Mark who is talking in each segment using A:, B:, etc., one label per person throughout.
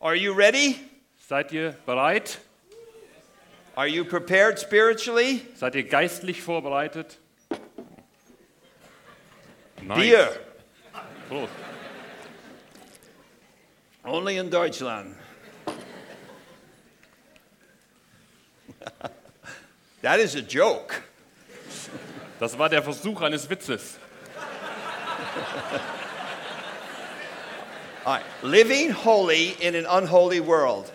A: Are you ready?
B: Seid ihr bereit?
A: Are you prepared spiritually?
B: Seid ihr geistlich vorbereitet? Nice.
A: Beer.
B: Prost.
A: Only in Deutschland. that is a joke.
B: Das war der Versuch eines Witzes.
A: All right. Living holy in an unholy world.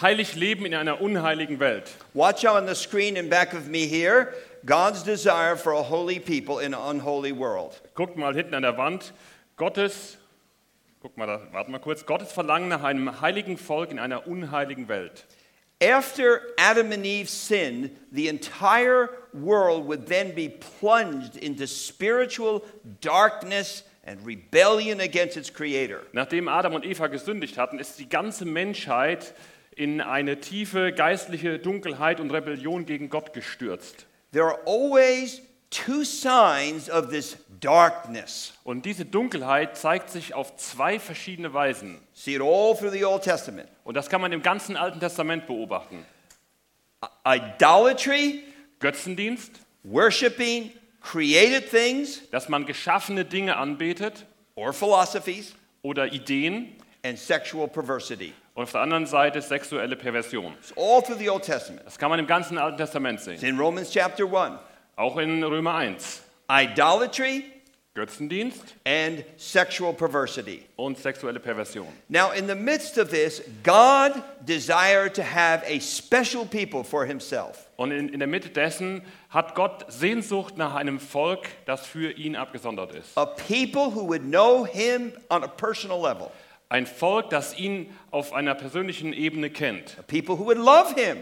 B: Heilig leben in einer unheiligen Welt.
A: Watch on the screen in back of me here God's desire for a holy people in an unholy world.
B: Guckt mal hinten an der Wand. Gottes, guck mal, da, warte mal kurz. Gottes Verlangen nach einem heiligen Volk in einer unheiligen Welt.
A: After Adam and Eve sinned, the entire world would then be plunged into spiritual darkness and rebellion against its creator.
B: Nachdem Adam und Eva gesündigt hatten, ist die ganze Menschheit in eine tiefe geistliche Dunkelheit und Rebellion gegen Gott gestürzt.
A: There are always two signs of this darkness.
B: Und diese Dunkelheit zeigt sich auf zwei verschiedene Weisen.
A: See it all through the Old Testament
B: Und das kann man im ganzen Alten Testament beobachten.
A: idolatry,
B: Götzendienst,
A: worshiping created things
B: dass man geschaffene Dinge anbetet
A: or philosophies,
B: oder Ideen.
A: and sexual perversity.
B: Und auf der anderen Seite sexuelle Perversion.
A: It's all through the Old Testament.
B: Das kann man im ganzen Alten Testament sehen.
A: It's in Romans chapter 1.
B: Auch in Römer 1.
A: Idolatry
B: Götzendienst
A: and sexual perversity.
B: und sexuelle Perversion.
A: Now, in the midst of this, God desired to have a special people for himself.
B: Und in, in der Mitte dessen hat Gott Sehnsucht nach einem Volk, das für ihn abgesondert ist.
A: A people who would know him on a personal level.
B: Ein Volk, das ihn auf einer persönlichen Ebene kennt.
A: A people who would love him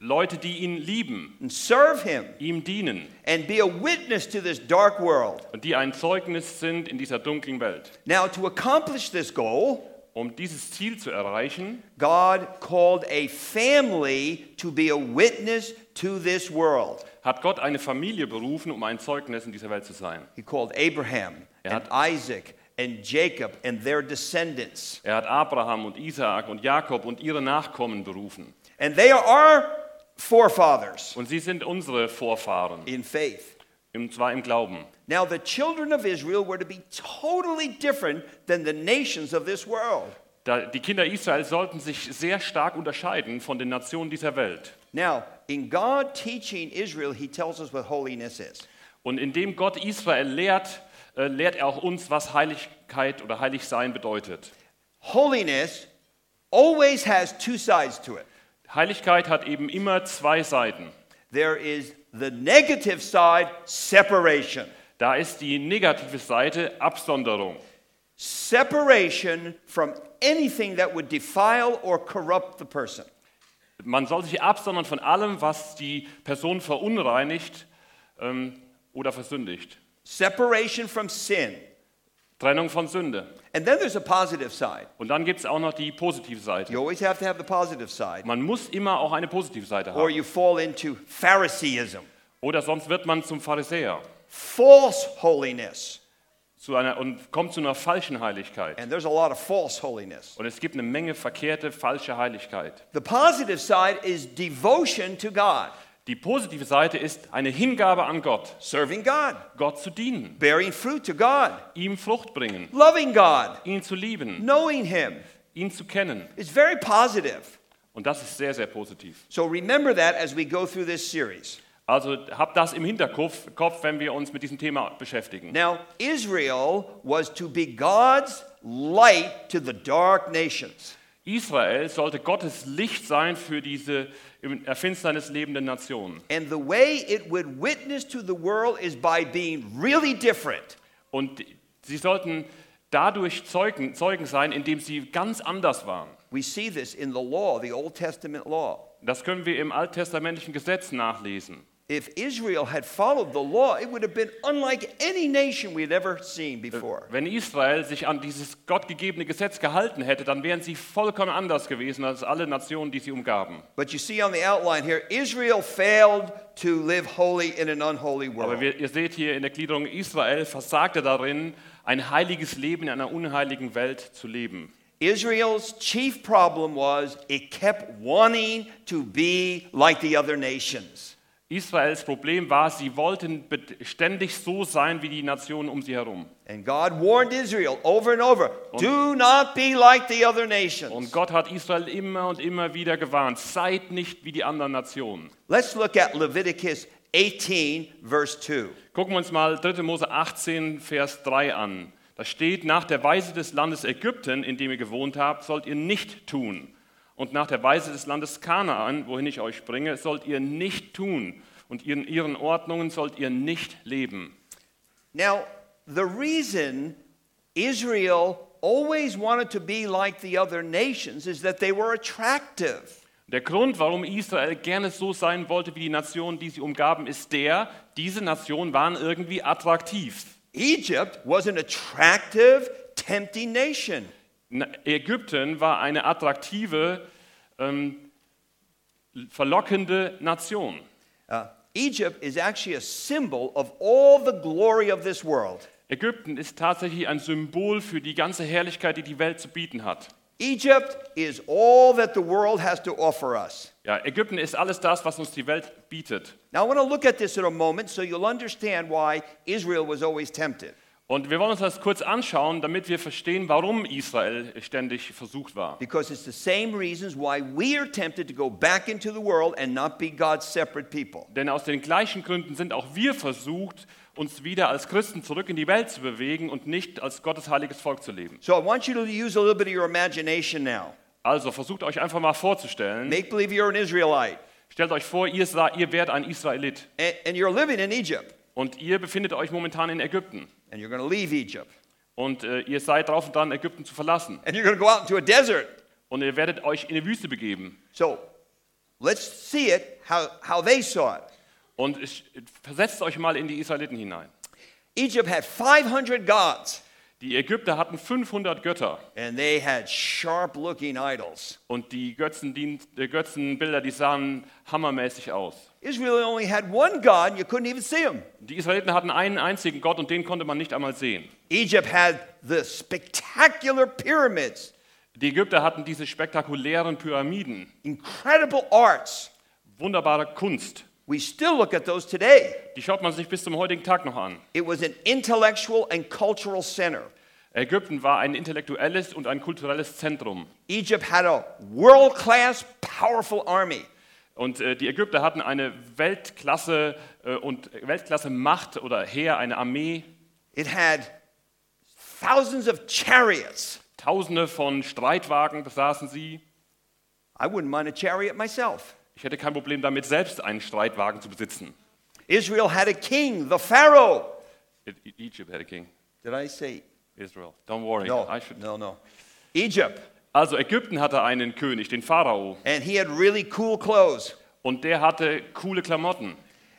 B: Leute, die ihn lieben,
A: and serve him
B: ihm dienen
A: and be a witness to this dark world.
B: und die ein Zeugnis sind in dieser dunklen Welt.
A: Now, to accomplish this goal,
B: Um dieses Ziel zu erreichen,
A: God called a family to be a witness to this world.
B: hat Gott eine Familie berufen, um ein Zeugnis in dieser Welt zu sein.
A: He called Abraham
B: Er
A: and
B: hat-
A: Isaac and Jacob and their descendants.
B: Er hat Abraham und Isaak und Jakob und ihre Nachkommen berufen.
A: And they are our forefathers
B: Und sie sind unsere Vorfahren,
A: in faith.
B: und zwar im Glauben.
A: Now, the children of Israel were to be totally different than the nations of this world.
B: Da, die Kinder Israels sollten sich sehr stark unterscheiden von den Nationen dieser Welt.
A: Now, in God teaching Israel, He tells us what holiness is.
B: Und indem Gott Israel lehrt, äh, lehrt er auch uns, was Heiligkeit oder Heiligsein bedeutet.
A: Holiness always has two sides to it
B: Heiligkeit hat eben immer zwei Seiten.
A: there is the negative side, separation.
B: Da ist die negative Seite Absonderung.
A: Separation from anything that would defile or corrupt the person.
B: Man soll sich absondern von allem, was die Person verunreinigt ähm, oder versündigt.
A: Separation from sin.
B: Trennung von Sünde.
A: And then there's a positive side.
B: Und dann gibt es auch noch die positive Seite.
A: You always have to have the positive side,
B: Man muss immer auch eine positive Seite
A: or
B: haben.
A: you fall into Phariseeism,
B: Oder sonst wird man zum Pharisäer
A: false holiness.
B: zu einer, und kommt zu einer falschen Heiligkeit.
A: And there's a lot of false holiness.
B: Und es gibt eine Menge verkehrte, falsche Heiligkeit.
A: The positive side is devotion to God,
B: Die positive Seite ist eine Hingabe an Gott,
A: serving God,
B: Gott zu dienen,
A: bearing fruit to God,
B: ihm Frucht bringen,
A: loving God,
B: ihn zu lieben,
A: knowing Him.
B: ihn zu kennen.
A: It's very positive.
B: Und das ist sehr, sehr positiv.
A: So remember that as we go through this series.
B: Also habt das im Hinterkopf, Kopf, wenn wir uns mit diesem Thema beschäftigen.
A: Now, Israel was to be God's light to the dark nations.
B: Israel sollte Gottes Licht sein für diese im Erfinsternis lebenden Nationen.
A: And the way it would witness to the world is by being really different.
B: Und sie sollten dadurch Zeugen, Zeugen sein, indem sie ganz anders waren.
A: We see this in the law, the Old Testament law.
B: Das können wir im alttestamentlichen Gesetz nachlesen.
A: If Israel had followed the law, it would have been unlike any nation we had ever seen before.
B: Wenn Israel sich an dieses gottgegebene Gesetz gehalten hätte, dann wären sie vollkommen anders gewesen als alle Nationen, die sie umgaben.
A: But you see on the outline here, Israel failed to live holy in an unholy
B: Aber
A: world.
B: wir, ihr seht hier in der Gliederung, Israel versagte darin, ein heiliges Leben in einer unheiligen Welt zu leben.
A: Israel's chief problem was it kept wanting to be like the other nations.
B: Israels Problem war, sie wollten bet- ständig so sein wie die Nationen um sie herum.
A: And God warned Israel over and over do not be like the other
B: Und
A: nations.
B: Gott hat Israel immer und immer wieder gewarnt, seid nicht wie die anderen Nationen.
A: Let's look at Leviticus 18, verse 2.
B: Gucken wir uns mal 3. Mose 18, Vers 3 an. Da steht, nach der Weise des Landes Ägypten, in dem ihr gewohnt habt, sollt ihr nicht tun. Und nach der Weise des Landes Kanaan, wohin ich euch bringe, sollt ihr nicht tun. Und in ihren Ordnungen sollt ihr nicht leben.
A: Now, the reason Israel always wanted to be like the other nations is that they were attractive.
B: Der Grund, warum Israel gerne so sein wollte wie die Nationen, die sie umgaben, ist der, diese Nationen waren irgendwie attraktiv.
A: Egypt was an attractive, tempting nation.
B: Na- Ägypten war eine attraktive, ähm, verlockende Nation.
A: Uh, Egypt is actually a symbol of all the glory of this world.
B: Ägypten ist tatsächlich ein Symbol für die ganze Herrlichkeit, die die Welt zu bieten hat.
A: Egypt is all that the world has to offer us.
B: Ja, Ägypten ist alles das, was uns die Welt bietet.
A: Now, I want to look at this in a moment so you'll understand why Israel was always tempted.
B: Und wir wollen uns das kurz anschauen, damit wir verstehen, warum Israel ständig versucht war.
A: Because it's the same reasons why we are tempted to go back into the world and not be God's separate people.
B: Denn aus den gleichen Gründen sind auch wir versucht, uns wieder als Christen zurück in die Welt zu bewegen und nicht als Gottes heiliges Volk zu leben.
A: So I want you to use a little bit of your imagination now.
B: Also versucht euch einfach mal vorzustellen.
A: Make believe you're an Israelite
B: Stellt euch vor, ihr, sei- ihr wärt ein Israelit
A: and, and you're living in Egypt
B: und ihr befindet euch momentan in Ägypten
A: and you're going to leave Egypt
B: und äh, ihr seid drauf und dran, Ägypten zu verlassen
A: and you're going to go out into a desert.
B: und ihr werdet euch in die Wüste begeben.
A: So let's see it how, how they saw it.
B: Und es- versetzt euch mal in die Israeliten hinein.
A: Egypt had 500 gods,
B: Die Ägypter hatten 500 Götter
A: and they had sharp looking idols.
B: und die Götzendienst, äh, Götzenbilder, die sahen hammermäßig aus.
A: Israel only had one god, and you couldn't even see him.
B: Die Israeliten hatten einen einzigen Gott und den konnte man nicht einmal sehen.
A: Egypt had the spectacular pyramids,
B: Die Ägypter hatten diese spektakulären Pyramiden,
A: incredible arts.
B: wunderbare Kunst.
A: We still look at those today.
B: Die schaut man sich bis zum heutigen Tag noch an.
A: It was an intellectual and cultural center.
B: Ägypten war ein intellektuelles und ein kulturelles Zentrum.
A: Egypt had a world class, powerful army.
B: Und äh, die Ägypter hatten eine Weltklasse äh, und Weltklasse Macht oder Heer, eine Armee,
A: It had thousands of chariots.
B: Tausende von Streitwagen besaßen sie.
A: I wouldn't mind a chariot myself.
B: Ich hätte kein Problem damit, selbst einen Streitwagen zu besitzen.
A: Israel had a king, the Pharaoh.
B: E- Egypt had a king.
A: Did I say?
B: Israel. Don't worry.
A: No,
B: I should...
A: no, no. Egypt.
B: Also Ägypten hatte einen König, den Pharao.
A: And he had really cool clothes
B: Und der hatte coole Klamotten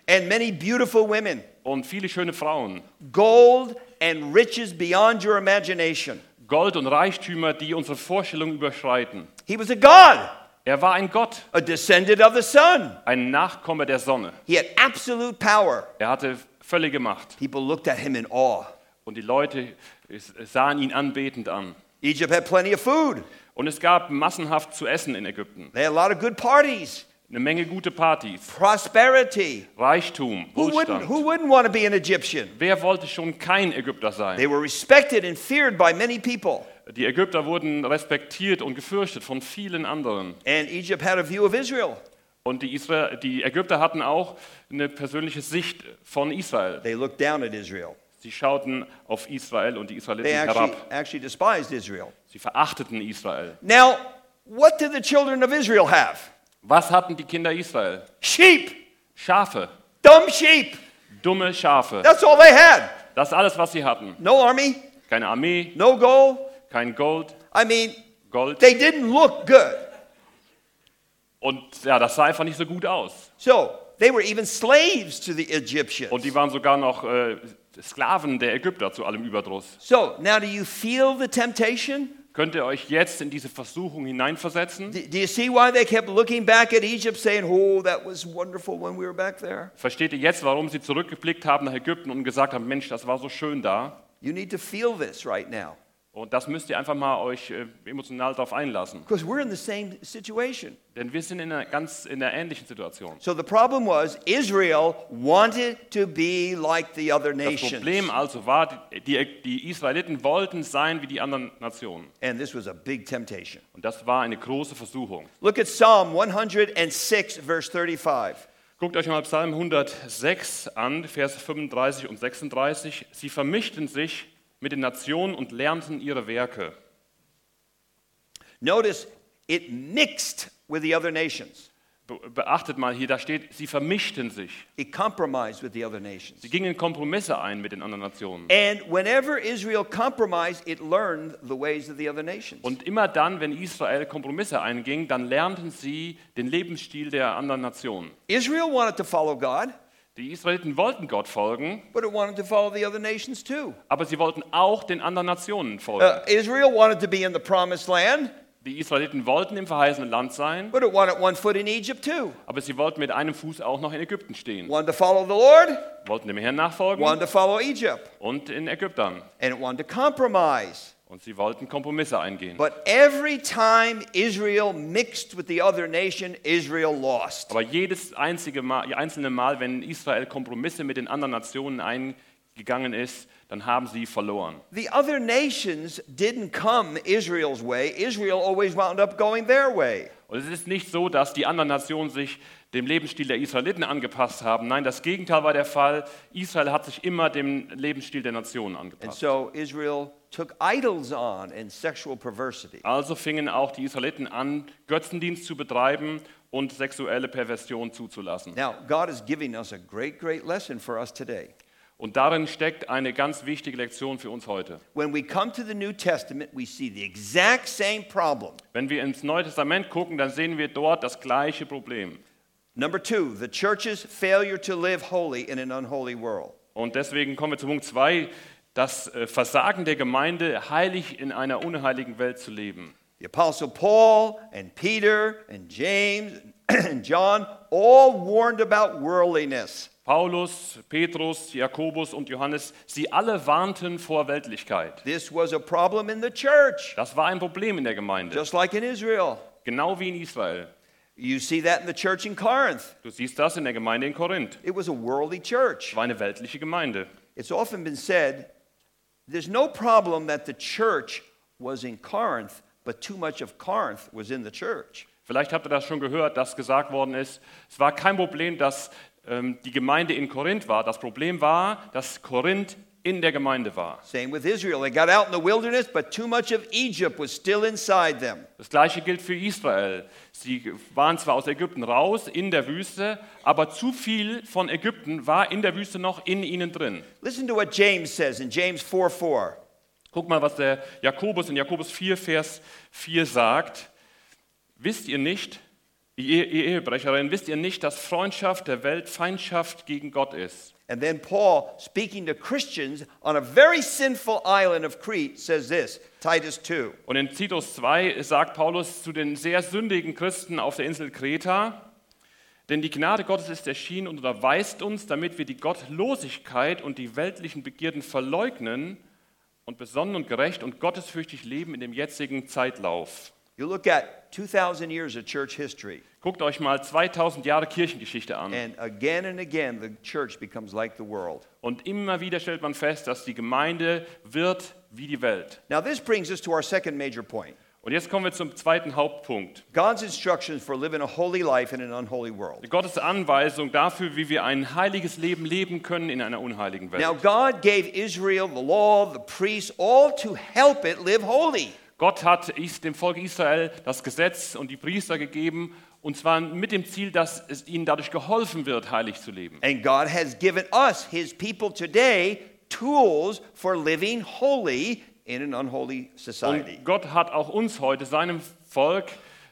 A: and many beautiful women,
B: und viele schöne Frauen.
A: gold and riches beyond your imagination.
B: Gold und Reichtümer, die unsere Vorstellung überschreiten.
A: He was a god,
B: Er war ein Gott,
A: a descendant of the sun.
B: ein Nachkomme der Sonne.
A: He had absolute power.
B: Er hatte völlige Macht.
A: People looked at him in awe.
B: Und die Leute es- es sahen ihn anbetend an.
A: Egypt had plenty of food.
B: Und es gab massenhaft zu essen in Ägypten.
A: They had a lot of good parties,
B: Eine Menge gute Partys,
A: prosperity.
B: Reichtum,
A: Who wouldn't,
B: Wohlstand.
A: who wouldn't want to be an Egyptian?
B: Wer wollte schon kein Ägypter sein?
A: They were respected and feared by many people.
B: Die Ägypter wurden respektiert und gefürchtet von vielen anderen.
A: And Egypt had a view of Israel.
B: Und die, Isra die Ägypter hatten auch eine persönliche Sicht von Israel.
A: They looked down at Israel.
B: Sie schauten auf Israel und die Israeliten
A: They actually,
B: herab.
A: actually despised Israel.
B: Sie verachteten Israel.
A: Now, what did the children of Israel have?
B: Was hatten die Kinder Israel?
A: Sheep,
B: Schafe,
A: dumb sheep.
B: dumme Schafe.
A: That's all they had.
B: Das ist alles, was sie hatten.
A: No army,
B: Keine Armee,
A: no goal.
B: kein Gold,
A: I mean,
B: Gold.
A: they didn't look good.
B: Und ja, das sah einfach nicht so gut aus.
A: So they were even slaves to the
B: Und die
A: Egyptians.
B: waren sogar noch äh, Sklaven der Ägypter zu allem Überdruss.
A: So now, do you feel the temptation?
B: Könnt ihr euch jetzt in diese Versuchung hineinversetzen?
A: Do do you see why they kept looking back at Egypt saying, Oh, that was wonderful when we were back there?
B: Versteht ihr jetzt, warum sie zurückgeblickt haben nach Ägypten und gesagt haben, Mensch, das war so schön da?
A: You need to feel this right now.
B: Und das müsst ihr einfach mal euch äh, emotional darauf einlassen.
A: because we're in the same situation.
B: Denn wir sind in einer ganz in einer ähnlichen Situation.
A: So the problem was Israel wanted to be like the other
B: Das
A: nations.
B: Problem also war, die, die- die Israeliten wollten sein wie die anderen Nationen.
A: And this was a big temptation.
B: Und das war eine große Versuchung.
A: Look at Psalm 106, verse 35.
B: Guckt euch mal Psalm 106 an, Verse 35 und 36. Sie vermischten sich mit den Nationen und lernten ihre Werke.
A: Notice it mixed with the other nations,
B: Be beachtet mal hier, da steht, sie vermischten sich.
A: it compromised with the other nations.
B: Sie gingen Kompromisse ein mit den anderen Nationen.
A: And whenever Israel compromised, it learned the ways of the other nations.
B: Und immer dann, wenn Israel Kompromisse einging, dann lernten sie den Lebensstil der anderen Nationen.
A: Israel wanted to follow God,
B: Die Israeliten wollten Gott folgen,
A: but it wanted to follow the other nations too.
B: aber sie wollten auch den anderen Nationen folgen.
A: Uh, Israel wanted to be in the promised land,
B: Die Israeliten wollten im verheißenen Land sein,
A: but it wanted one foot in Egypt too.
B: aber sie wollten mit einem Fuß auch noch in Ägypten stehen.
A: Wanted to follow the Lord,
B: Wollten dem Herrn nachfolgen
A: wanted to follow Egypt,
B: und in Ägyptern.
A: and it wanted to compromise.
B: Und sie wollten Kompromisse eingehen.
A: But every time Israel mixed with the other nation, Israel lost.
B: Aber jedes einzige Mal, einzelne Mal, wenn Israel Kompromisse mit den anderen Nationen eingegangen ist, dann haben sie verloren.
A: The other nations didn't come Israel's way. Israel always wound up going their way.
B: Und es ist nicht so, dass die anderen Nationen sich dem Lebensstil der Israeliten angepasst haben. Nein, das Gegenteil war der Fall. Israel hat sich immer dem Lebensstil der Nationen
A: And
B: angepasst.
A: so Israel took idols on and sexual perversity.
B: Also fingen auch die Israeliten an, Götzendienst zu betreiben und sexuelle Perversion zuzulassen.
A: Now, God is giving us a great, great lesson for us today.
B: Und darin steckt eine ganz wichtige Lektion für uns heute.
A: When we come to the New Testament, we see the exact same problem.
B: Wenn wir ins Neue Testament gucken, dann sehen wir dort das gleiche Problem.
A: Number two, the church's failure to live holy in an unholy world.
B: Und deswegen kommen wir zu Punkt 2, das äh, Versagen der Gemeinde, heilig in einer unheiligen Welt zu leben.
A: The Apostle Paul and Peter and James and John all warned about worldliness.
B: Paulus, Petrus, Jakobus und Johannes, sie alle warnten vor Weltlichkeit.
A: This was a problem in the church,
B: Das war ein Problem in der Gemeinde,
A: just like in Israel.
B: genau wie in Israel.
A: You see that in the church in Corinth.
B: Du siehst das in der Gemeinde in Korinth.
A: It was a worldly
B: Es
A: church.
B: war eine weltliche Gemeinde.
A: It's often been said there's no problem that the church was in Corinth, but too much of Corinth was in the church.
B: Vielleicht habt ihr das schon gehört, dass gesagt worden ist, es war kein Problem, dass ähm, die Gemeinde in Korinth war. Das Problem war, dass Korinth in der Gemeinde war.
A: Same with Israel. They got out in the wilderness, but too much of Egypt was still inside them.
B: Das gleiche gilt für Israel. Sie waren zwar aus Ägypten raus, in der Wüste, aber zu viel von Ägypten war in der Wüste noch in ihnen drin.
A: Listen to what James says in James 4 4.
B: Guck mal, was der Jakobus in Jakobus 4, Vers 4 sagt. Wisst ihr nicht, ihr, ihr Ehebrecherin, wisst ihr nicht, dass Freundschaft der Welt Feindschaft gegen Gott ist?
A: And then Paul, speaking to Christians on a very sinful island of Crete, says this Titus 2.
B: Und in Titus 2 sagt Paulus zu den sehr sündigen Christen auf der Insel Kreta, denn die Gnade Gottes ist erschienen und unterweist uns, damit wir die Gottlosigkeit und die weltlichen Begierden verleugnen und besonnen und gerecht und gottesfürchtig leben in dem jetzigen Zeitlauf.
A: You look at 2,000 years of church history,
B: Guckt euch mal 2000 Jahre Kirchengeschichte an.
A: and again and again the church becomes like the world.
B: Und immer wieder stellt man fest, dass die Gemeinde wird wie die Welt.
A: Now, this brings us to our second major point
B: Und jetzt kommen wir zum zweiten Hauptpunkt.
A: God's instructions for living a holy life in an unholy world.
B: Gottes Anweisung dafür, wie wir ein heiliges Leben leben können in einer unheiligen Welt.
A: Now, God gave Israel the law, the priests, all to help it live holy.
B: Gott hat is- dem Volk Israel das Gesetz und die Priester gegeben, und zwar mit dem Ziel, dass es ihnen dadurch geholfen wird, heilig zu leben.
A: And God has given us, His people today, tools for living holy in an unholy society.
B: Und Gott hat auch uns heute, seinem Volk,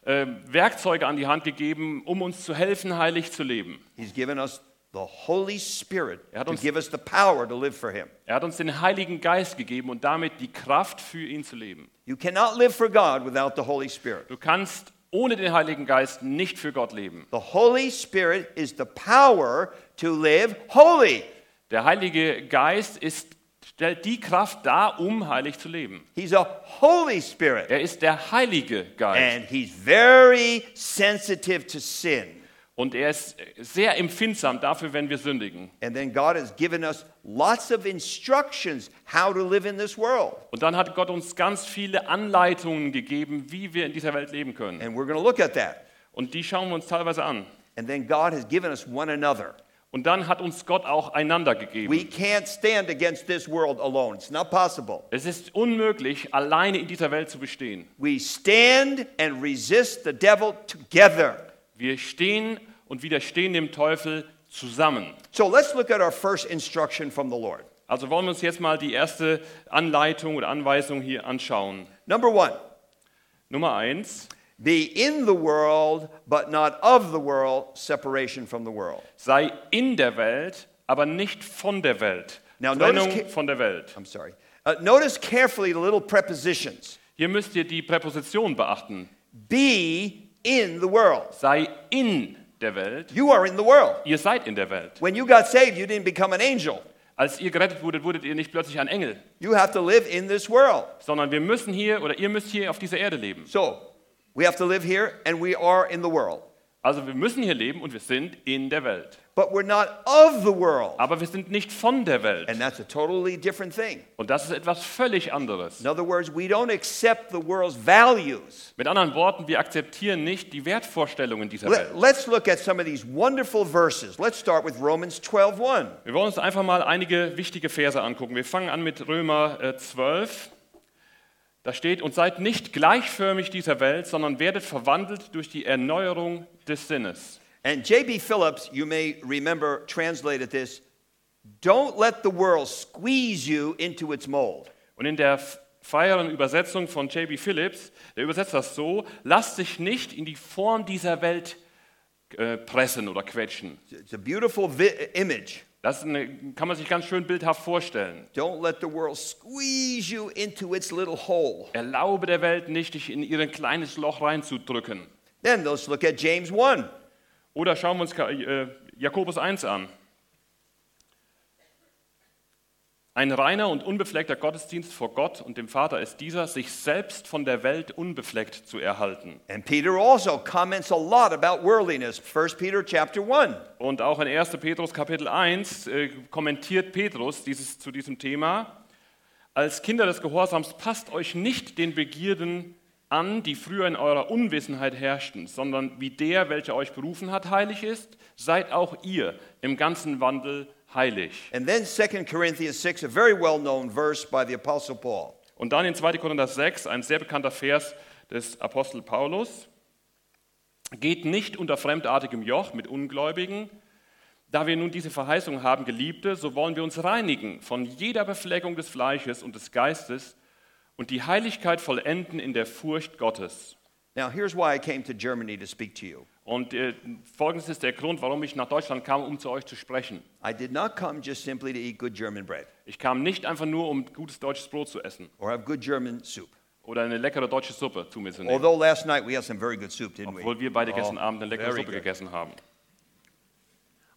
B: äh, Werkzeuge an die Hand gegeben, um uns zu helfen, heilig zu leben.
A: He's given us the Holy Spirit
B: Er hat
A: to
B: uns-
A: give us the power to live for Him.
B: Er hat uns den Heiligen Geist gegeben und damit die Kraft für ihn zu leben.
A: You cannot live for God without the Holy Spirit.
B: Du kannst ohne den Heiligen Geist nicht für Gott leben.
A: The Holy Spirit is the power to live holy.
B: Der Heilige Geist ist stellt die Kraft dar, um heilig zu leben.
A: He's a Holy Spirit,
B: Er ist der Heilige Geist
A: and he's very sensitive to sin.
B: und er ist sehr empfindsam dafür, wenn wir sündigen.
A: And then God has given us lots of instructions how to live in this world.
B: Und dann hat Gott uns ganz viele Anleitungen gegeben, wie wir in dieser Welt leben können.
A: And we're going to look at that.
B: Und die schauen wir uns teilweise an.
A: And then God has given us one another.
B: Und dann hat uns Gott auch einander gegeben.
A: We can't stand against this world alone. It's not possible.
B: Es ist unmöglich, alleine in dieser Welt zu bestehen.
A: We stand and resist the devil together.
B: Wir stehen und widerstehen dem Teufel zusammen.
A: So let's look at our first instruction from the Lord.
B: Also wollen wir uns jetzt mal die erste Anleitung oder Anweisung hier anschauen.
A: Number one
B: Nummer eins:
A: be in the world, but not of the world, separation from the world.
B: Sei in der Welt, aber nicht von der Welt.
A: Now, notice
B: Trennung
A: ca-
B: von der Welt.
A: I'm sorry. Uh, notice carefully the little prepositions
B: Hier müsst ihr die Präposition beachten.
A: be in the world.
B: Sei in der Welt.
A: You are in the world.
B: Ihr seid in der Welt.
A: When you got saved, you didn't become an angel.
B: Als ihr gerettet wurdet, wurdet ihr nicht plötzlich ein Engel,
A: You have to live in this world.
B: sondern wir müssen hier oder ihr müsst hier auf dieser Erde leben.
A: So we have to live here, and we are in the world.
B: Also wir müssen hier leben und wir sind in der Welt.
A: But we're not of the world.
B: Aber wir sind nicht von der Welt.
A: And that's a totally different thing.
B: Und das ist etwas völlig anderes.
A: In other words, we don't accept the world's values.
B: Mit anderen Worten, wir akzeptieren nicht die Wertvorstellungen dieser
A: Let,
B: Welt.
A: us look at some of these wonderful verses. Let's start with Romans 12:1.
B: Wir wollen uns einfach mal einige wichtige Verse angucken. Wir fangen an mit Römer äh, 12. Da steht, und seid nicht gleichförmig dieser Welt, sondern werdet verwandelt durch die Erneuerung des Sinnes.
A: And J.B. Phillips, you may remember, translated this, don't let the world squeeze you into its mold.
B: Und in der f- freieren Übersetzung von J.B. Phillips, der übersetzt das so, lasst dich nicht in die Form dieser Welt äh, pressen oder quetschen.
A: It's a beautiful vi- image.
B: Das ist eine, kann man sich ganz schön bildhaft vorstellen.
A: Don't let the world squeeze you into its little hole.
B: Erlaube der Welt nicht, dich in ihr kleines Loch reinzudrücken.
A: Then let's look at James 1.
B: Oder schauen wir uns Ka- äh, Jakobus 1 an. Ein reiner und unbefleckter Gottesdienst vor Gott und dem Vater ist dieser, sich selbst von der Welt unbefleckt zu erhalten.
A: And Peter also comments a lot about worldliness. 1 Peter chapter 1.
B: Und auch in 1. Petrus Kapitel 1 äh, kommentiert Petrus dieses, zu diesem Thema, als Kinder des Gehorsams passt euch nicht den Begierden an, die früher in eurer Unwissenheit herrschten, sondern wie der, welcher euch berufen hat, heilig ist, seid auch ihr im ganzen Wandel heilig.
A: And then 2 Corinthians 6, a very well known verse by the Apostle Paul.
B: Und dann in 2. Korinther 6, ein sehr bekannter Vers des Apostel Paulus. Geht nicht unter fremdartigem Joch mit Ungläubigen. Da wir nun diese Verheißung haben, Geliebte, so wollen wir uns reinigen von jeder Befleckung des Fleisches und des Geistes und die Heiligkeit vollenden in der Furcht Gottes.
A: Now, here's why I came to Germany to speak to you.
B: Und äh, folgendes ist der Grund, warum ich nach Deutschland kam, um zu euch zu sprechen.
A: I did not come just simply to eat good German bread
B: Ich kam nicht einfach nur, um gutes deutsches Brot zu essen
A: or have good German soup.
B: oder eine leckere deutsche Suppe zu mir zu nehmen,
A: Although last night we had some very good soup, didn't we?
B: obwohl wir beide gestern
A: Oh,
B: Abend eine leckere
A: very
B: Suppe
A: good.
B: gegessen haben.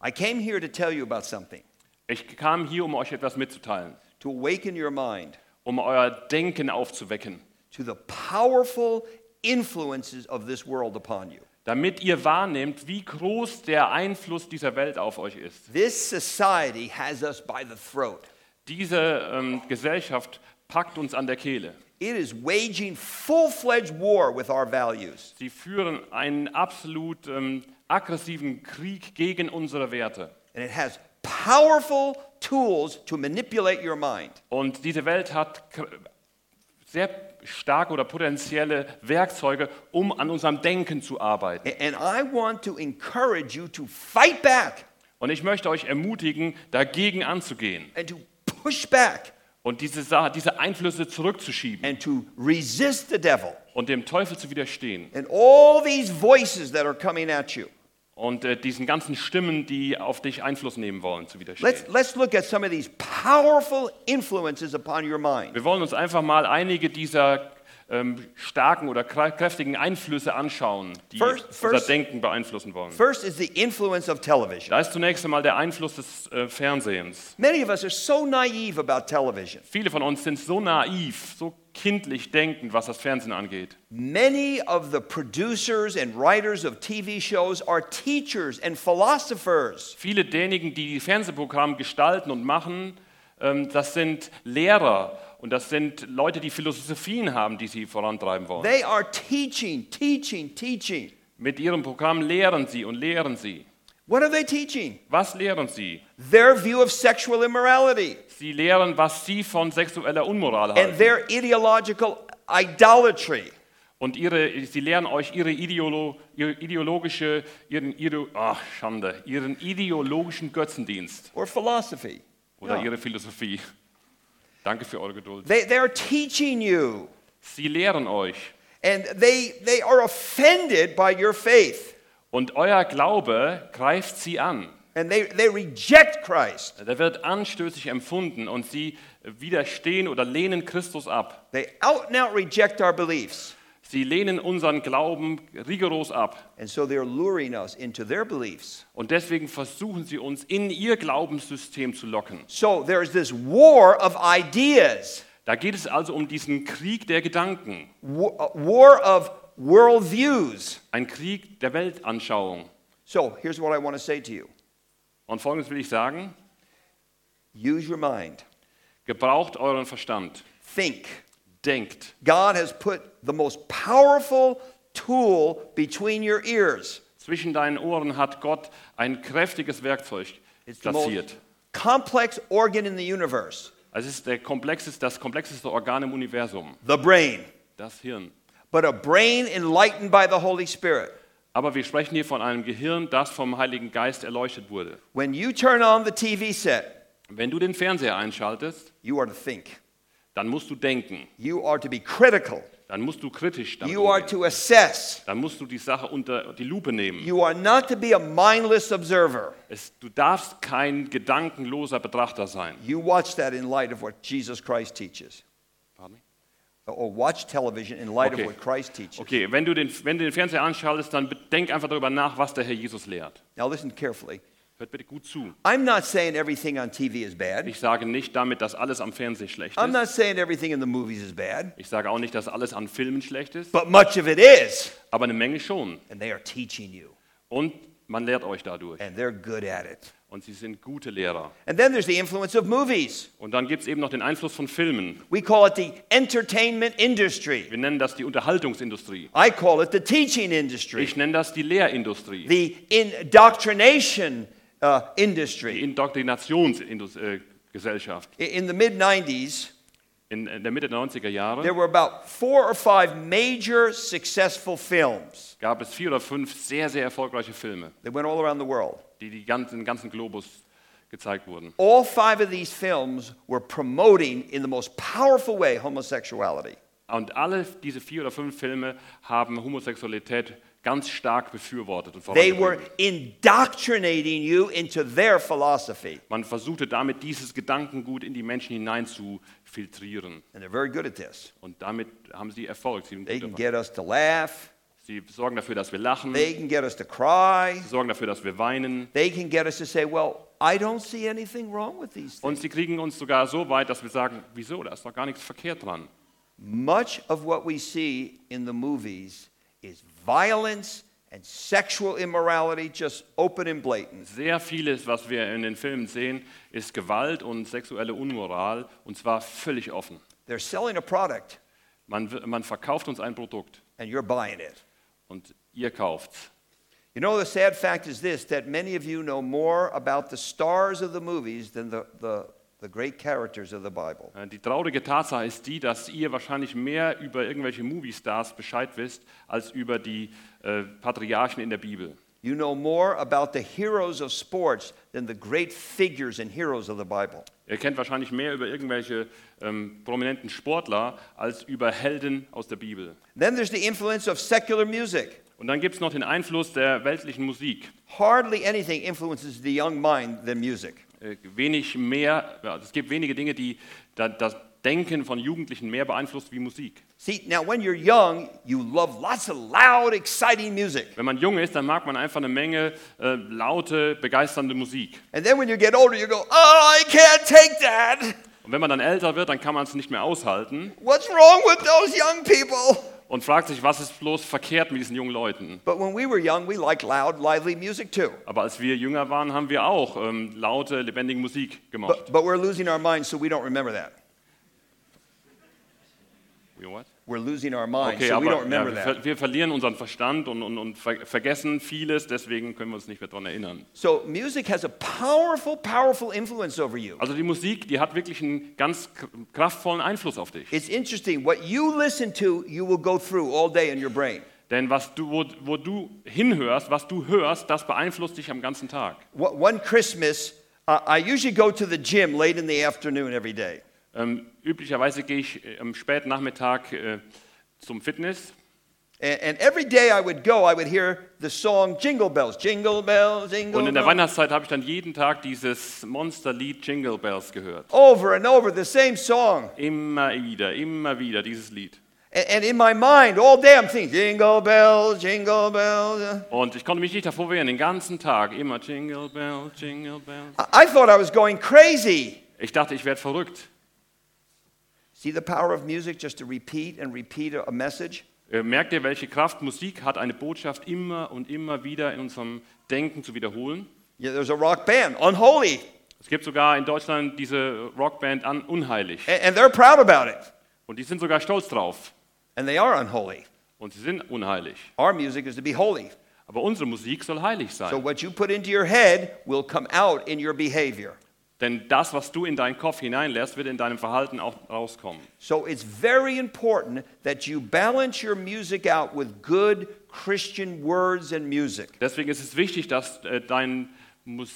A: I came here to tell you about something,
B: Ich kam hier, um euch etwas mitzuteilen,
A: to awaken your mind
B: um euer Denken aufzuwecken,
A: to the powerful influences of this world upon you.
B: damit ihr wahrnehmt, wie groß der Einfluss dieser Welt auf euch ist.
A: This society has us by the throat.
B: Diese ähm, Gesellschaft packt uns an der Kehle.
A: It is waging full fledged war with our values.
B: Sie führen einen absolut ähm, aggressiven Krieg gegen unsere Werte.
A: And it has powerful tools to manipulate your mind.
B: Und diese Welt hat k- sehr starke oder potenzielle Werkzeuge, um an unserem Denken zu arbeiten.
A: A- And I want to encourage you to fight back
B: Und ich möchte euch ermutigen, dagegen anzugehen
A: and to push back
B: und diese, Sa- diese Einflüsse zurückzuschieben.
A: and to resist the devil
B: und dem Teufel zu widerstehen
A: and all these voices that are coming at you.
B: und äh, diesen ganzen Stimmen, die auf dich Einfluss nehmen wollen, zu widerstehen.
A: Let's, let's look at some of these powerful influences upon your mind.
B: Wir wollen uns einfach mal einige dieser ähm, starken oder krä- kräftigen Einflüsse anschauen, die
A: First-
B: unser
A: first-
B: Denken beeinflussen wollen.
A: First is the influence of television.
B: Da ist zunächst einmal der Einfluss des äh, Fernsehens.
A: Many of us are so naive about television.
B: Viele von uns sind so naiv, so kindlich denkend, was das Fernsehen angeht.
A: Many of the producers and writers of TV shows are teachers and philosophers.
B: Viele derjenigen, die die Fernsehprogramme gestalten und machen, ähm, das sind Lehrer und das sind Leute, die Philosophien haben, die sie vorantreiben wollen.
A: They are teaching, teaching, teaching.
B: Mit ihrem Programm lehren sie und lehren sie.
A: What are they teaching?
B: Was lehren sie?
A: Their view of sexual immorality
B: Sie lehren, was sie von sexueller Unmoral
A: and
B: halten.
A: their ideological idolatry.
B: Und ihre, sie lehren euch ihre, Ideolo, ihre ideologische, ihren, Ideo- ach, Schande, ihren ideologischen Götzendienst
A: or philosophy.
B: oder
A: Yeah.
B: ihre Philosophie. Danke für eure Geduld.
A: They, they are teaching you,
B: Sie lehren euch.
A: and they, they are offended by your faith,
B: Und euer Glaube greift sie an.
A: and they, they reject Christ.
B: Der wird anstößig empfunden und sie widerstehen oder lehnen Christus ab.
A: They out and out reject our beliefs,
B: Sie lehnen unseren Glauben rigoros ab.
A: and so they're luring us into their beliefs.
B: Und deswegen versuchen sie uns in ihr Glaubenssystem zu locken.
A: So there's this war of ideas,
B: Da geht es also um diesen Krieg der Gedanken.
A: wa- uh, war of worldviews.
B: Ein Krieg der Weltanschauung.
A: So here's what I want to say to you
B: Und folgendes will ich sagen:
A: use your mind,
B: Gebraucht euren Verstand.
A: think.
B: Denkt.
A: God has put the most powerful tool between your ears.
B: Zwischen deinen Ohren hat Gott ein kräftiges Werkzeug
A: It's the most
B: platziert.
A: complex organ in the universe,
B: Es ist der komplexeste, das komplexeste Organ im Universum,
A: the brain.
B: das Hirn.
A: But a brain enlightened by the Holy Spirit.
B: Aber wir sprechen hier von einem Gehirn, das vom Heiligen Geist erleuchtet wurde.
A: When you turn on the TV set,
B: Wenn du den Fernseher einschaltest,
A: you are to think.
B: dann musst du denken,
A: You are to be critical.
B: dann musst du kritisch damit
A: You are
B: umgehen.
A: to assess.
B: Dann musst du die Sache unter die Lupe nehmen.
A: You are not to be a mindless observer.
B: Es, du darfst kein gedankenloser Betrachter sein.
A: You watch that in light of what Jesus Christ teaches, or watch television in light
B: Okay.
A: of what Christ teaches.
B: Okay, wenn du, den, wenn du den Fernseher anschaltest, dann denk einfach darüber nach, was der Herr Jesus lehrt.
A: Now, listen carefully.
B: Hört bitte gut zu.
A: I'm not saying everything on TV is bad.
B: Ich sage nicht damit, dass alles am Fernsehen schlecht
A: I'm
B: ist.
A: not saying everything in the movies is bad,
B: Ich sage auch nicht, dass alles an Filmen schlecht ist,
A: but much of it is.
B: aber eine Menge schon.
A: And they are teaching you,
B: Und man lehrt euch dadurch.
A: and they're good at it.
B: Und sie sind gute Lehrer.
A: And then there's the influence of movies.
B: Und dann gibt es eben noch den Einfluss von Filmen.
A: We call it the entertainment industry.
B: Wir nennen das die Unterhaltungsindustrie.
A: I call it the teaching industry,
B: Ich nenne das die Lehrindustrie,
A: the indoctrination uh,
B: die äh,
A: industry.
B: Indoktinationsgesellschaft.
A: I- In the mid 90s,
B: In in der Mitte der 90er Jahre
A: there were about four or five major successful films
B: gab es vier oder fünf sehr, sehr erfolgreiche Filme,
A: that went all around the world.
B: die den ganzen, den ganzen Globus gezeigt wurden.
A: All five of these films were promoting, in the most powerful way, homosexuality.
B: Und alle diese vier oder fünf Filme haben Homosexualität ganz stark befürwortet und
A: They were
B: vorangetrieben.
A: indoctrinating you into their philosophy,
B: Man versuchte damit, dieses Gedankengut in die Menschen hinein zu filtrieren.
A: and they're very good at this.
B: Und damit haben sie Erfolg. Sie, sind
A: They
B: gut
A: can
B: davon.
A: get us to laugh.
B: sie sorgen dafür, dass wir lachen.
A: They can get us to cry.
B: Sie sorgen dafür, dass wir weinen.
A: They can get us to say, Well, I don't see anything wrong with these things.
B: Und sie kriegen uns sogar so weit, dass wir sagen, wieso, da ist doch gar nichts verkehrt dran.
A: Much of what we see in the movies is violence and sexual immorality, just open and blatant.
B: Sehr vieles, was wir in den Filmen sehen, ist Gewalt und sexuelle Unmoral, und zwar völlig offen.
A: They're selling a product,
B: Man, w- man verkauft uns ein Produkt
A: and you're buying it.
B: und ihr kauft's.
A: You know, the sad fact is this that many of you know more about the stars of the movies than the, the, the great characters of the Bible.
B: Äh, Die traurige Tatsache ist die, dass ihr wahrscheinlich mehr über irgendwelche Movie-Stars Bescheid wisst, als über die äh, Patriarchen in der Bibel.
A: You know more about the heroes of sports than the great figures and heroes of the Bible.
B: Ihr kennt wahrscheinlich mehr über irgendwelche ähm, prominenten Sportler als über Helden aus der Bibel.
A: Then there's the influence of secular music.
B: Und dann gibt es noch den Einfluss der weltlichen Musik.
A: Hardly anything influences the young mind than music.
B: äh, wenig mehr, also es gibt wenige Dinge, die da, das Denken von Jugendlichen mehr beeinflusst wie Musik.
A: See, now when you're young, you love lots of loud, exciting music.
B: Wenn man jung ist, dann mag man einfach eine Menge äh, laute, begeisternde Musik.
A: And then when you get older, you go, oh, I can't take that.
B: Und wenn man dann älter wird, dann kann man es nicht mehr aushalten
A: What's wrong with those young people?
B: und fragt sich, was ist bloß verkehrt mit diesen jungen Leuten.
A: But when we were young, we liked loud, lively music too.
B: Aber als wir jünger waren, haben wir auch ähm, laute, lebendige Musik gemacht.
A: But, but we're losing our minds, so we don't remember that.
B: You what?
A: We're losing our minds,
B: Okay,
A: so we don't
B: aber ja,
A: remember
B: wir,
A: that.
B: ver- wir verlieren unseren Verstand und, und, und ver vergessen vieles, deswegen können wir uns nicht mehr daran erinnern.
A: So music has a powerful, powerful influence over you.
B: Also die Musik, die hat wirklich einen ganz k- kraftvollen Einfluss auf dich.
A: It's interesting. What you listen to, you will go through all day in your brain.
B: Denn was du, wo, wo du hinhörst, was du hörst, das beeinflusst dich am ganzen Tag.
A: Wha- One Christmas, uh, I usually go to the gym late in the afternoon every day.
B: Ähm, üblicherweise gehe ich äh, am späten Nachmittag äh, zum Fitness
A: And, and every day I would go, I would hear the song Jingle Bells, Jingle Bells, Jingle
B: und in der
A: Bells.
B: Weihnachtszeit habe ich dann jeden Tag dieses Monsterlied Jingle Bells gehört.
A: Over and over, the same song.
B: Immer wieder, immer wieder dieses Lied.
A: And, and in my mind, all day I'm thinking Jingle Bells, Jingle Bells.
B: Und ich konnte mich nicht davor wehren, den ganzen Tag immer Jingle Bell, Jingle Bell.
A: I, I thought I was going crazy.
B: Ich dachte, ich werde verrückt.
A: See the power of music just to repeat and repeat a a message?
B: Äh, Merkt ihr, welche Kraft Musik hat, eine Botschaft immer und immer wieder in unserem Denken zu wiederholen?
A: Yeah, there's a rock band, Unholy,
B: Es gibt sogar in Deutschland diese Rockband an Unheilig.
A: and, and they're proud about it.
B: Und die sind sogar stolz drauf.
A: And they are unholy.
B: Und sie sind unheilig.
A: Our music is to be holy.
B: Aber unsere Musik soll heilig
A: So
B: sein.
A: what you put into your head will come out in your behavior.
B: Denn das, was du in deinen Kopf hineinlässt, wird in deinem Verhalten auch rauskommen.
A: So it's very important that you balance your music out with good Christian words and music.
B: Deswegen ist es wichtig, dass äh, dein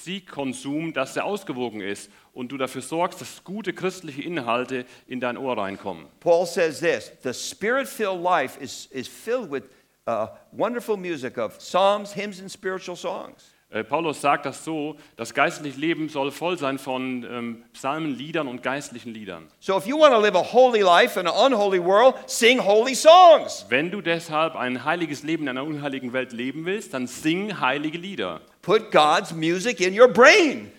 B: Musikkonsum, dass der ausgewogen ist und du dafür sorgst, dass gute christliche Inhalte in dein Ohr reinkommen.
A: Paul says this the spirit filled life is, is filled with uh, wonderful music of psalms, hymns, and spiritual songs.
B: Äh, Paulus sagt das so, das geistliche Leben soll voll sein von ähm, Psalmen, Liedern und geistlichen Liedern.
A: So if you want to live a holy life in an unholy world, sing holy songs.
B: Wenn du deshalb ein heiliges Leben in einer unheiligen Welt leben willst, dann sing heilige Lieder.
A: Put God's music in your brain.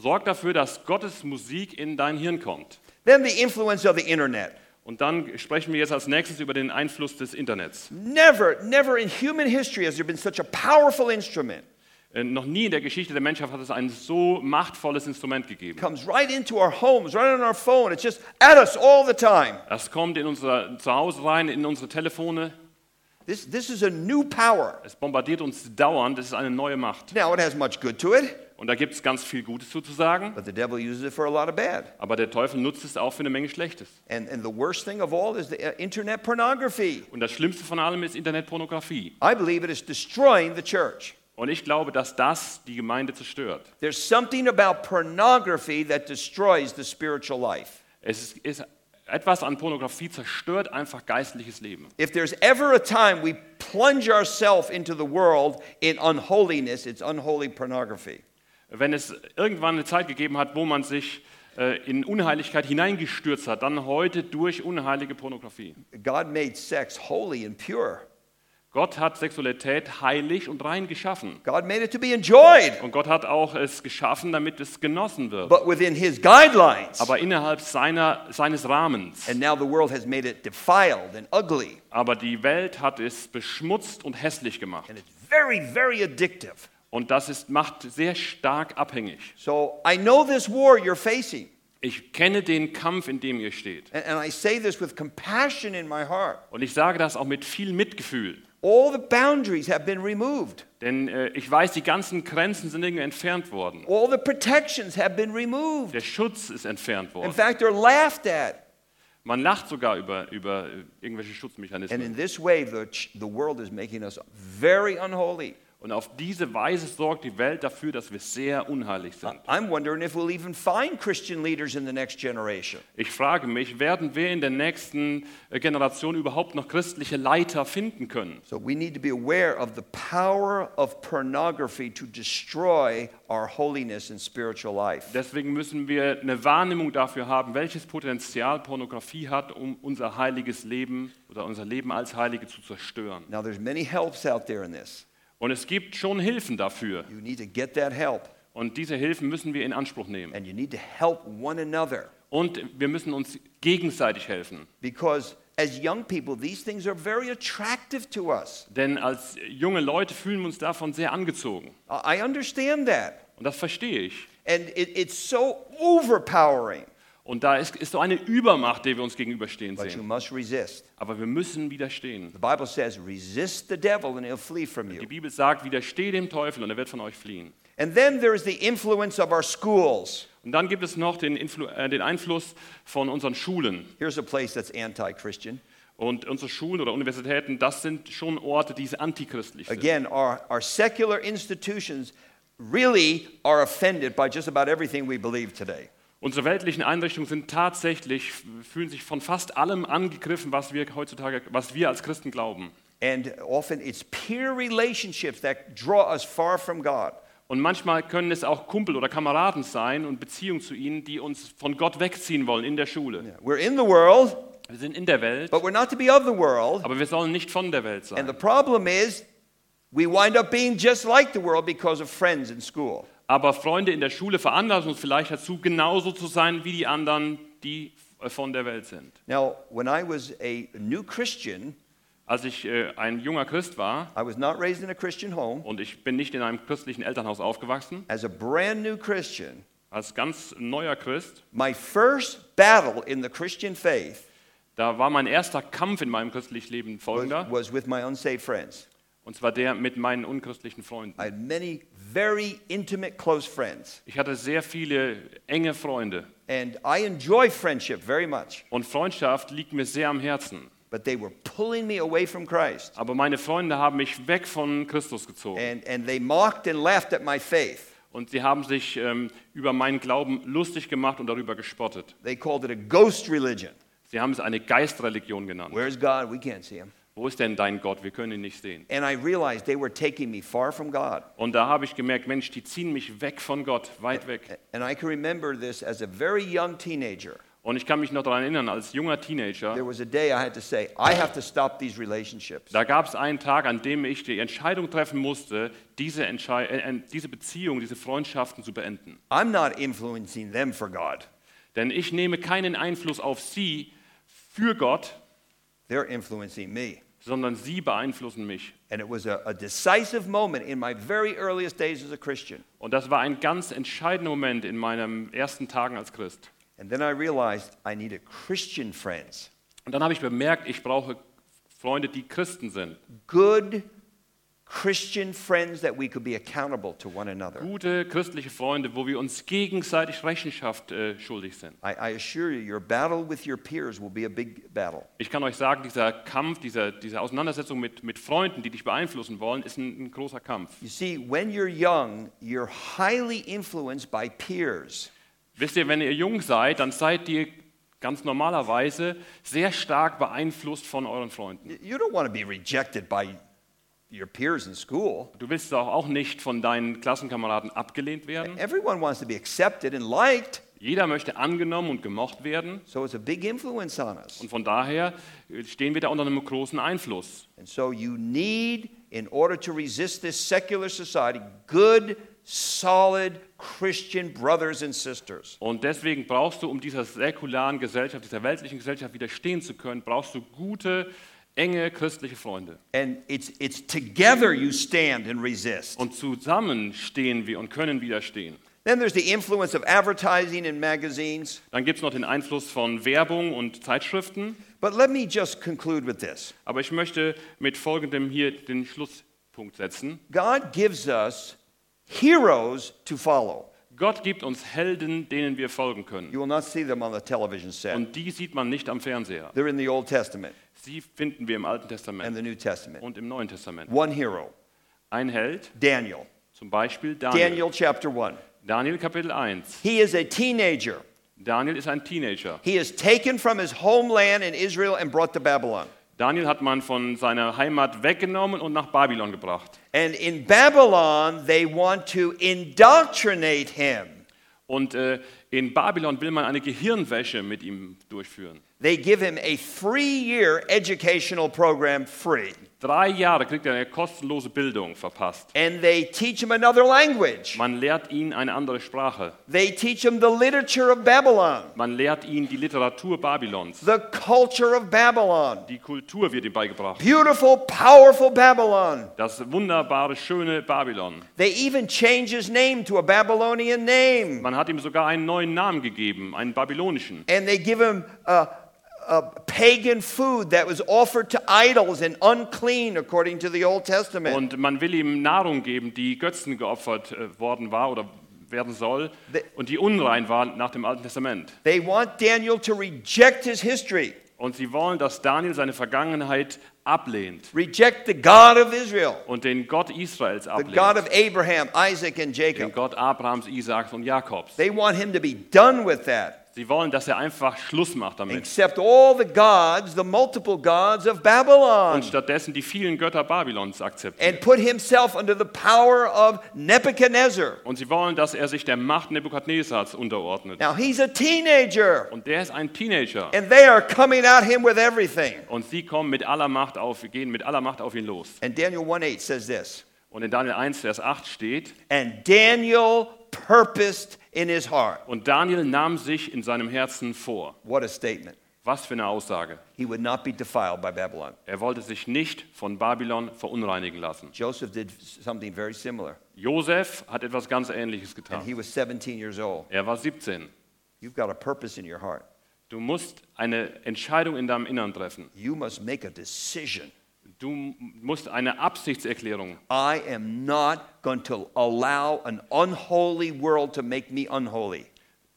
B: Sorg dafür, dass Gottes Musik in dein Hirn kommt.
A: Then the influence of the internet.
B: Und dann sprechen wir jetzt als nächstes über den Einfluss des Internets.
A: Never, never in human history has there been such a powerful instrument.
B: Äh, noch nie in der Geschichte der Menschheit hat es ein so machtvolles Instrument gegeben.
A: comes right into our homes, right on our phone. It's just at us all the time.
B: Das kommt in unser Zuhause rein, in unsere Telefone.
A: This, this is a new power.
B: Es bombardiert uns dauernd. Das ist eine neue Macht.
A: Now, it has much good to it,
B: Und da gibt es ganz viel Gutes zu, zu sagen.
A: but the devil uses it for a lot of bad.
B: Aber der Teufel nutzt es auch für eine Menge Schlechtes.
A: And, and the worst thing of all is the uh, internet pornography.
B: Und das Schlimmste von allem ist Internetpornografie.
A: I believe it is destroying the church.
B: Und ich glaube, dass das die Gemeinde zerstört.
A: There's something about pornography that destroys the spiritual life.
B: Es ist, ist etwas an Pornografie zerstört einfach geistliches Leben.
A: If there's ever a time we plunge ourselves into the world in unholiness, it's unholy pornography.
B: Wenn es irgendwann eine Zeit gegeben hat, wo man sich äh, in Unheiligkeit hineingestürzt hat, dann heute durch unheilige Pornografie.
A: God made sex holy and pure,
B: Gott hat Sexualität heilig und rein geschaffen.
A: God made it to be enjoyed.
B: Und Gott hat auch es geschaffen, damit es genossen wird.
A: but within his guidelines.
B: Aber innerhalb seiner, seines Rahmens.
A: and now the world has made it defiled and ugly,
B: Aber die Welt hat es beschmutzt und hässlich gemacht.
A: and it's very, very addictive.
B: Und das ist, macht sehr stark abhängig.
A: So I know this war you're facing,
B: Ich kenne den Kampf, in dem ihr steht.
A: and, and I say this with compassion in my heart.
B: Und ich sage das auch mit viel Mitgefühl.
A: All the boundaries have been removed,
B: Denn äh, ich weiß, die ganzen Grenzen sind irgendwie entfernt worden.
A: all the protections have been removed.
B: Der Schutz ist entfernt
A: In
B: worden.
A: fact, they're laughed at.
B: Man lacht sogar über, über äh, irgendwelche
A: And in
B: Schutzmechanismen.
A: this way, the, ch- the world is making us very unholy.
B: Und auf diese Weise sorgt die Welt dafür, dass wir sehr unheilig sind.
A: I'm wondering if we'll even find Christian leaders in the next generation.
B: Ich frage mich, werden wir in der nächsten äh, Generation überhaupt noch christliche Leiter finden können?
A: So we need to be aware of the power of pornography to destroy our holiness and spiritual life.
B: Deswegen müssen wir eine Wahrnehmung dafür haben, welches Potenzial Pornografie hat, um unser heiliges Leben oder unser Leben als Heilige zu zerstören.
A: Now there's many helps out there in this.
B: Und es gibt schon Hilfen dafür.
A: You need to get that help
B: Und diese Hilfen müssen wir in Anspruch nehmen.
A: and you need to help one another
B: Und wir müssen uns gegenseitig helfen.
A: because as young people these things are very attractive to us.
B: Denn als junge Leute fühlen wir uns davon sehr angezogen.
A: I I understand that.
B: Und das verstehe ich.
A: And it, it's so overpowering,
B: Und da ist, ist so eine Übermacht, der wir uns gegenüberstehen
A: but you
B: sehen.
A: must resist.
B: Aber wir müssen widerstehen.
A: The Bible says, resist the devil and he'll flee from you.
B: Die Bibel sagt, widerstehe dem Teufel und er wird von euch fliehen.
A: And then there's the influence of our schools.
B: Und dann gibt es noch den, Influ äh, den Einfluss von unseren Schulen.
A: Here's a place that's anti Christian.
B: Und unsere Schulen oder Universitäten, das sind schon Orte, die antichristlich sind.
A: Again, our, our secular institutions really are offended by just about everything we believe today.
B: Unsere weltlichen Einrichtungen sind tatsächlich, fühlen sich von fast allem angegriffen, was wir heutzutage, was wir als Christen glauben.
A: And often it's peer relationships that draw us far from God.
B: Und manchmal können es auch Kumpel oder Kameraden sein und Beziehungen zu ihnen, die uns von Gott wegziehen wollen in der Schule.
A: We're in the world,
B: Wir sind in der Welt,
A: but we're not to be of the world.
B: aber wir sollen nicht von der Welt
A: And the
B: sein.
A: problem is, we wind up being just like the world because of friends in school.
B: Aber Freunde in der Schule veranlassen uns vielleicht dazu, genauso zu sein wie die anderen, die äh, von der Welt sind.
A: Now, when I was a new Christian,
B: Als ich äh, ein junger Christ war
A: I was not raised in a Christian home.
B: und ich bin nicht in einem christlichen Elternhaus aufgewachsen,
A: As a brand new Christian,
B: als ganz neuer Christ,
A: my first battle in the Christian faith
B: da war mein erster Kampf in meinem christlichen Leben
A: was,
B: folgender,
A: was with my unsaved friends.
B: und zwar der mit meinen unchristlichen Freunden.
A: I had many very intimate, close friends,
B: Ich hatte sehr viele enge Freunde.
A: and I enjoy friendship very much,
B: Und Freundschaft liegt mir sehr am Herzen.
A: but they were pulling me away from Christ,
B: Aber meine Freunde haben mich weg von Christus gezogen.
A: and, and they mocked and laughed at my faith.
B: Und sie haben sich ähm, über meinen Glauben lustig gemacht und darüber gespottet.
A: They called it a ghost religion.
B: Sie haben es eine Geistreligion genannt.
A: Where's God? We can't see him.
B: Wo ist denn dein Gott? Wir können ihn nicht sehen.
A: And I realized they were taking me far from God.
B: Und da habe ich gemerkt, Mensch, die ziehen mich weg von Gott, weit weg.
A: And I can remember this as a very young teenager.
B: Und ich kann mich noch daran erinnern, als junger
A: There
B: Teenager,
A: was a day I had to say, I have to stop these relationships.
B: da gab es einen Tag, an dem ich die Entscheidung treffen musste, diese, Entschei äh, äh, diese Beziehung, diese Freundschaften zu beenden.
A: I'm not influencing them for God.
B: Denn ich nehme keinen Einfluss auf sie für Gott,
A: They're influencing me.
B: sondern sie beeinflussen mich.
A: And it was a, a decisive moment in my very earliest days as a Christian.
B: Und das war ein ganz entscheidender Moment in meinen ersten Tagen als Christ.
A: And then I realized I needed Christian friends,
B: Und dann habe ich bemerkt, ich brauche Freunde, die Christen sind.
A: good Christian friends that we could be accountable to one another.
B: Gute christliche Freunde, wo wir uns gegenseitig Rechenschaft äh, schuldig sind.
A: I, I assure you, your battle with your peers will be a big battle.
B: Ich kann euch sagen, dieser Kampf, dieser, diese Auseinandersetzung mit, mit Freunden, die dich beeinflussen wollen, ist ein, ein großer Kampf.
A: You see, when you're young, you're highly influenced by peers.
B: Wisst ihr, wenn ihr jung seid, dann seid ihr ganz normalerweise sehr stark beeinflusst von euren Freunden.
A: Y- You don't want to be rejected by your peers in school.
B: Du willst doch auch nicht von deinen Klassenkameraden abgelehnt werden.
A: Everyone wants to be accepted and liked,
B: Jeder möchte angenommen und gemocht werden.
A: so it's a big influence on us.
B: Und von daher stehen wir da unter einem großen Einfluss.
A: And so you need, in order to resist this secular society, good, solid Christian brothers and sisters.
B: Und deswegen brauchst du, um dieser säkularen Gesellschaft, dieser weltlichen Gesellschaft widerstehen zu können, brauchst du gute, enge christliche Freunde.
A: And it's, it's together you stand and resist.
B: Und zusammen stehen wir und können widerstehen.
A: Then there's the influence of advertising and magazines.
B: Dann gibt es noch den Einfluss von Werbung und Zeitschriften.
A: But let me just conclude with this.
B: Aber ich möchte mit folgendem hier den Schlusspunkt setzen.
A: God gives us heroes to follow.
B: Gott gibt uns Helden, denen wir folgen können.
A: You will not see them on the television set.
B: Und die sieht man nicht am Fernseher.
A: They're in the Old Testament
B: Sie finden wir im Alten
A: and
B: Testament
A: the New Testament.
B: und im Neuen Testament.
A: One hero.
B: Ein Held,
A: Daniel.
B: zum Beispiel Daniel.
A: Daniel chapter 1.
B: Daniel Kapitel 1.
A: He is a teenager.
B: Daniel ist ein Teenager.
A: He is taken from his homeland in Israel and brought to Babylon.
B: Daniel hat man von seiner Heimat weggenommen und nach Babylon gebracht.
A: And in Babylon, they want to indoctrinate him.
B: Und äh, in Babylon will man eine Gehirnwäsche mit ihm durchführen.
A: They give him a three year educational program free.
B: Drei Jahre kriegt er eine kostenlose Bildung verpasst.
A: And they teach him another language.
B: Man lehrt ihn eine andere Sprache.
A: They teach him the literature of Babylon,
B: Man lehrt ihn die Literatur Babylons.
A: the culture of Babylon.
B: Die Kultur wird ihm beigebracht.
A: Beautiful, powerful Babylon.
B: Das wunderbare, schöne Babylon.
A: They even change his name to a Babylonian name.
B: Man hat ihm sogar einen neuen Namen gegeben, einen babylonischen.
A: And they give him uh, uh, pagan food that was offered to idols and unclean according to the Old Testament.
B: Und man will ihm Nahrung geben, die Götzen geopfert äh, worden war oder werden soll
A: The-
B: und die unrein war nach dem Alten Testament.
A: They want Daniel to reject his history,
B: Und sie wollen, dass Daniel seine Vergangenheit ablehnt
A: reject the God of Israel,
B: und den Gott Israels
A: the God
B: ablehnt.
A: of Abraham, Isaac, and
B: Den
A: Jacob.
B: Gott Abrahams, Isaaks und Jakobs.
A: They want him to be done with that.
B: Sie wollen, dass er einfach Schluss macht damit.
A: except all the gods, the multiple gods of Babylon,
B: Und stattdessen die vielen Götter Babylons akzeptieren.
A: and put himself under the power of Nebuchadnezzar.
B: Und sie wollen, dass er sich der Macht Nebukadnezars unterordnet.
A: Now he's a teenager,
B: Und der ist ein Teenager.
A: and they are coming at him with everything.
B: Und sie kommen mit aller Macht auf, gehen mit aller Macht auf ihn los.
A: And Daniel 1:8 says this,
B: Und in Daniel 1, Vers 8 steht,
A: and Daniel purposed in his heart.
B: und Daniel nahm sich in seinem Herzen vor.
A: What a statement.
B: Was für eine Aussage.
A: He would not be defiled by Babylon.
B: Er wollte sich nicht von Babylon verunreinigen lassen.
A: Joseph did something very similar,
B: Josef hat etwas ganz Ähnliches
A: and he
B: getan.
A: was 17 years old.
B: Er war 17.
A: You've got a purpose in your heart.
B: Du musst eine Entscheidung in deinem Innern treffen.
A: You must make a decision.
B: Du musst eine Absichtserklärung.
A: I am not going to allow an unholy world to make me unholy.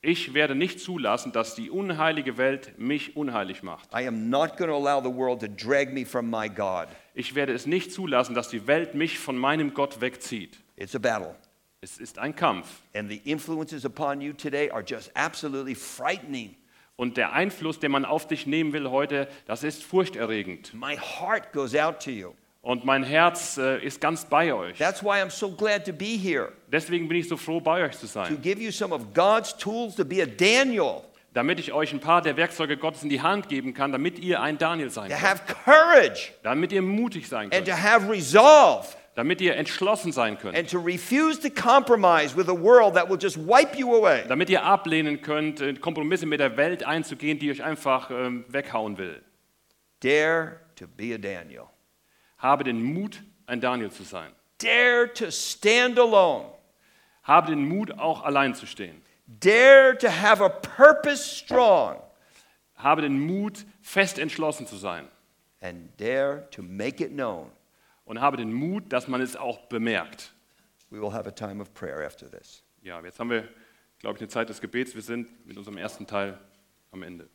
B: Ich werde nicht zulassen, dass die unheilige Welt mich unheilig macht.
A: I am not going to allow the world to drag me from my God.
B: Ich werde es nicht zulassen, dass die Welt mich von meinem Gott wegzieht.
A: It's a battle.
B: Es ist ein Kampf.
A: And the influences upon you today are just absolutely frightening.
B: Und der Einfluss, den man auf dich nehmen will heute, das ist furchterregend.
A: My heart goes out to you.
B: Und mein Herz äh, ist ganz bei euch.
A: That's why I'm so glad to be here,
B: Deswegen bin ich so froh, bei euch
A: to
B: zu sein.
A: give you some of God's tools to be a Daniel,
B: Damit ich euch ein paar der Werkzeuge Gottes in die Hand geben kann, damit ihr ein Daniel sein
A: to
B: könnt.
A: have courage
B: Damit ihr mutig sein
A: and to
B: könnt.
A: have resolve
B: Damit ihr entschlossen sein könnt.
A: and to refuse to compromise with a world that will just wipe you away.
B: Damit ihr ablehnen könnt, äh, Kompromisse mit der Welt einzugehen, die euch einfach ähm, weghauen will.
A: Dare to be a Daniel.
B: Habe den Mut, ein Daniel zu sein.
A: Dare to stand alone.
B: Habe den Mut, auch allein zu stehen.
A: Dare to have a purpose strong.
B: Habe den Mut, fest entschlossen zu sein.
A: And dare to make it known.
B: Und habe den Mut, dass man es auch bemerkt.
A: We will have a time of prayer after this.
B: Ja, jetzt haben wir, glaube ich, eine Zeit des Gebets. Wir sind mit unserem ersten Teil am Ende.